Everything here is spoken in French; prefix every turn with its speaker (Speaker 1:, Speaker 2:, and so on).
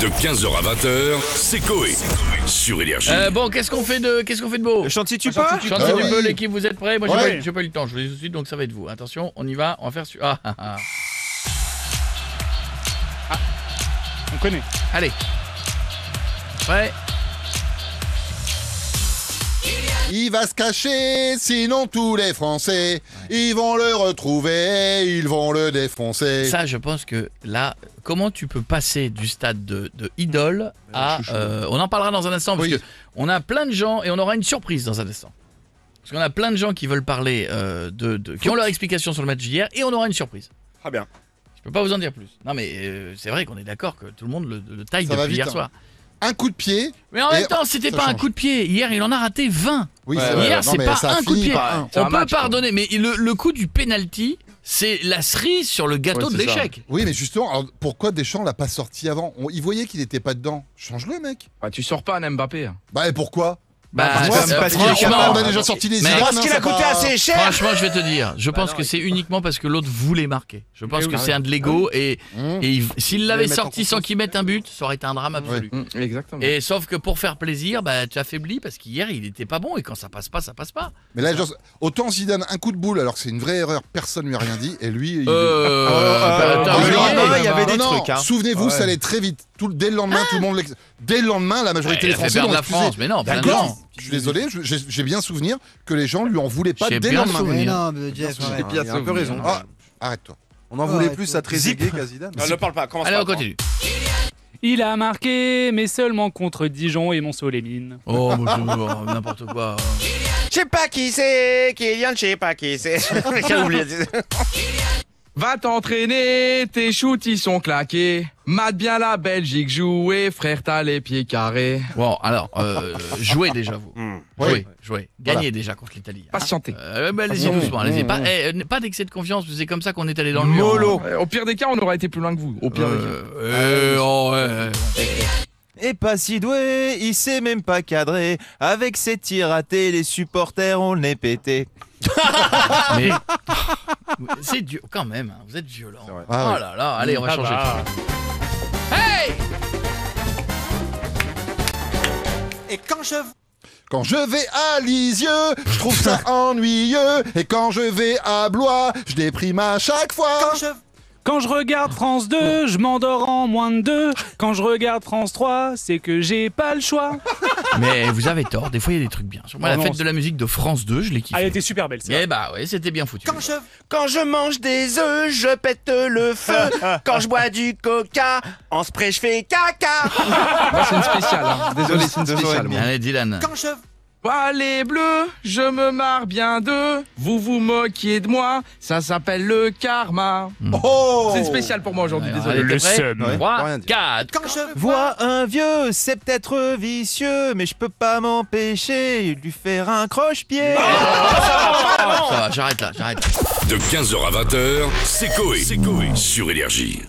Speaker 1: De 15h à 20h, c'est Coé. Sur Énergie.
Speaker 2: Euh, bon, qu'est-ce qu'on fait de, qu'est-ce qu'on fait de beau
Speaker 3: Chantilly, tu
Speaker 4: Ah,
Speaker 3: pas
Speaker 4: Chantilly,
Speaker 2: Chantier
Speaker 4: Ah
Speaker 2: du
Speaker 4: oui.
Speaker 2: peu, l'équipe, vous êtes prêts Moi, j'ai,
Speaker 4: Ouais.
Speaker 2: pas, j'ai pas eu le temps, je vous l'ai dit tout de suite, donc ça va être vous. Attention, on y va, on va faire su. Ah, ah, ah.
Speaker 3: On connaît.
Speaker 2: Allez. Prêt
Speaker 4: Il va se cacher, sinon tous les Français, ils vont le retrouver, ils vont le défoncer.
Speaker 2: Ça, je pense que là, comment tu peux passer du stade de, de idole à. euh, on en parlera dans un instant, parce
Speaker 4: Ah, Oui.
Speaker 2: que on a plein de gens et on aura une surprise dans un instant. Parce qu'on a plein de gens qui veulent parler euh, de, de- qui ont leur explication sur le match d'hier et on aura une surprise.
Speaker 3: Très bien.
Speaker 2: Je peux pas vous en dire plus. Non, mais euh, c'est vrai qu'on est d'accord que tout le monde le, le taille
Speaker 4: Ça va
Speaker 2: depuis
Speaker 4: vite,
Speaker 2: hier
Speaker 4: hein.
Speaker 2: soir.
Speaker 4: Un coup de pied.
Speaker 2: Mais en
Speaker 4: Et
Speaker 2: même temps, c'était
Speaker 4: ça
Speaker 2: pas un
Speaker 4: change.
Speaker 2: coup de pied. Hier, il en a raté 20.
Speaker 4: Oui,
Speaker 3: Ouais,
Speaker 4: c'est
Speaker 3: ouais,
Speaker 4: vrai.
Speaker 2: Hier,
Speaker 4: Non,
Speaker 2: c'est
Speaker 4: mais
Speaker 2: pas
Speaker 4: ça
Speaker 2: un coup de
Speaker 4: finit
Speaker 2: pied.
Speaker 4: par un.
Speaker 2: On peut pardonner, mais le, le coup du penalty, c'est la cerise sur le gâteau
Speaker 3: Ouais,
Speaker 2: de
Speaker 3: c'est ça.
Speaker 2: l'échec.
Speaker 4: Oui, mais justement, alors, pourquoi Deschamps l'a pas sorti avant On- Il voyait qu'il n'était pas dedans. Change-le, mec.
Speaker 5: Bah, tu sors pas un Mbappé.
Speaker 4: Bah, et pourquoi
Speaker 2: Bah,
Speaker 3: parce que-
Speaker 2: euh,
Speaker 3: parce qu'il est
Speaker 2: franchement,
Speaker 3: capable.
Speaker 4: on a déjà sorti les
Speaker 2: Mais-
Speaker 4: Zidane, hein, ça pas-
Speaker 3: cher
Speaker 2: franchement, je vais te dire, je pense
Speaker 5: non,
Speaker 2: que c'est uniquement parce que l'autre voulait marquer. Je pense que
Speaker 5: oui.
Speaker 2: c'est un de l'ego et,
Speaker 4: Mmh.
Speaker 2: et il- s'il l'avait
Speaker 3: mettre en
Speaker 2: sorti sans qu'il mette un but, ça aurait été un drame absolu.
Speaker 5: Exactement.
Speaker 2: Et sauf que pour faire plaisir, bah, tu affaiblis parce qu'hier il était pas bon et quand ça passe pas, ça passe pas.
Speaker 4: Mais là, genre, autant Zidane, un coup de boule, alors que c'est une vraie erreur, personne lui a rien dit, et lui. il- ah,
Speaker 2: Euh,
Speaker 3: euh,
Speaker 2: bah, attends, mais
Speaker 3: euh, non,
Speaker 2: il est-
Speaker 3: non, il y avait des
Speaker 4: Non, non,
Speaker 3: trucs, hein.
Speaker 4: Souvenez-vous,
Speaker 3: Ouais.
Speaker 4: ça allait très vite. Tout, dès le lendemain, tout le monde l'ex- Dès le lendemain, la majorité
Speaker 2: il
Speaker 4: des
Speaker 2: a fait
Speaker 4: Français l'ont
Speaker 2: perdre la
Speaker 4: excusé.
Speaker 2: France, mais non, plein de gens.
Speaker 4: D'accord. Je suis désolé, je- j'ai j'ai bien souvenir que les gens lui en voulaient pas
Speaker 2: J'ai
Speaker 4: dès le
Speaker 2: bien
Speaker 4: lendemain.
Speaker 6: Mais
Speaker 2: souvenir.
Speaker 6: non, mais Jeff, ouais.
Speaker 7: Il a un peu raison.
Speaker 4: Ah, Arrête-toi.
Speaker 7: On en voulait
Speaker 6: Ouais,
Speaker 7: plus
Speaker 6: tout.
Speaker 7: à Trezeguet qu'à Zidane.
Speaker 3: Ne parle pas, commence
Speaker 2: Allez,
Speaker 3: pas.
Speaker 2: on continue.
Speaker 8: Il a marqué, mais seulement contre Dijon et Mont-Solémine.
Speaker 2: Oh, mon Dieu, oh, n'importe quoi.
Speaker 3: Je sais pas qui c'est, Kylian, je sais pas qui c'est. J'ai oublié.
Speaker 5: Va t'entraîner, tes shoots ils sont claqués. Mate bien la Belgique jouer, frère t'as les pieds carrés.
Speaker 2: Bon, alors, euh, jouez déjà, vous.
Speaker 3: Hmm.
Speaker 2: Jouez,
Speaker 4: Oui.
Speaker 2: jouez. Gagnez déjà contre l'Italie. hein.
Speaker 5: Patienter.
Speaker 2: Euh, bah, allez-y
Speaker 3: Hmm.
Speaker 2: doucement, allez-y. Pas, eh, euh, pas d'excès de confiance, c'est comme ça qu'on est allé dans le mur.
Speaker 3: Molo.
Speaker 5: Euh, Au pire des cas, on aura été plus loin que vous. Au
Speaker 2: Euh,
Speaker 5: pire des cas.
Speaker 3: Ah,
Speaker 2: euh, oh, ouais.
Speaker 3: Eh, Et pas si doué, il sait même pas cadrer. Avec ses tirs ratés, les supporters, on est pété.
Speaker 2: Mais c'est dur quand même, hein, vous êtes violent.
Speaker 7: vrai.
Speaker 4: Ah ouais.
Speaker 2: oh là là, allez, on va changer.
Speaker 3: bah,
Speaker 4: Quand je vais à Lisieux, je trouve ça ennuyeux. Et quand je vais à Blois, je déprime à chaque fois.
Speaker 8: Quand je regarde France 2, je m'endors en moins de deux. Quand je regarde France 3, c'est que j'ai pas le choix.
Speaker 2: Mais vous avez tort, des fois il y a des trucs bien. Moi,
Speaker 8: Oh
Speaker 2: la
Speaker 8: non,
Speaker 2: fête de
Speaker 8: c'est-
Speaker 2: la musique de France 2, je l'ai kiffé.
Speaker 8: Elle était super belle,
Speaker 2: Eh bah ouais, c'était bien foutu.
Speaker 9: Quand je mange des œufs, je pète le feu. Quand je bois du coca, en spray, je fais caca.
Speaker 5: Moi, c'est une spéciale. hein. Désolé, c'est une
Speaker 7: Deux heures et
Speaker 5: spéciale.
Speaker 7: demie.
Speaker 5: moi.
Speaker 2: Allez, Dylan.
Speaker 9: Quand je
Speaker 5: Bah, les bleus, je me marre bien d'eux. Vous vous moquiez de moi, ça s'appelle le karma.
Speaker 4: Oh
Speaker 5: C'est une spéciale pour moi aujourd'hui,
Speaker 2: Alors,
Speaker 5: désolé.
Speaker 2: allez,
Speaker 8: Le
Speaker 2: t'es prêt
Speaker 8: seum.
Speaker 7: Ouais, faut
Speaker 2: 3,
Speaker 7: rien dire.
Speaker 2: 4.
Speaker 9: quand je
Speaker 3: Vois un vieux, c'est peut-être vicieux, mais je peux pas m'empêcher de lui faire un croche-pied.
Speaker 2: Ça va, Oh, j'arrête là, j'arrête.
Speaker 1: De 15h à 20h, c'est Coé. Sur Énergie.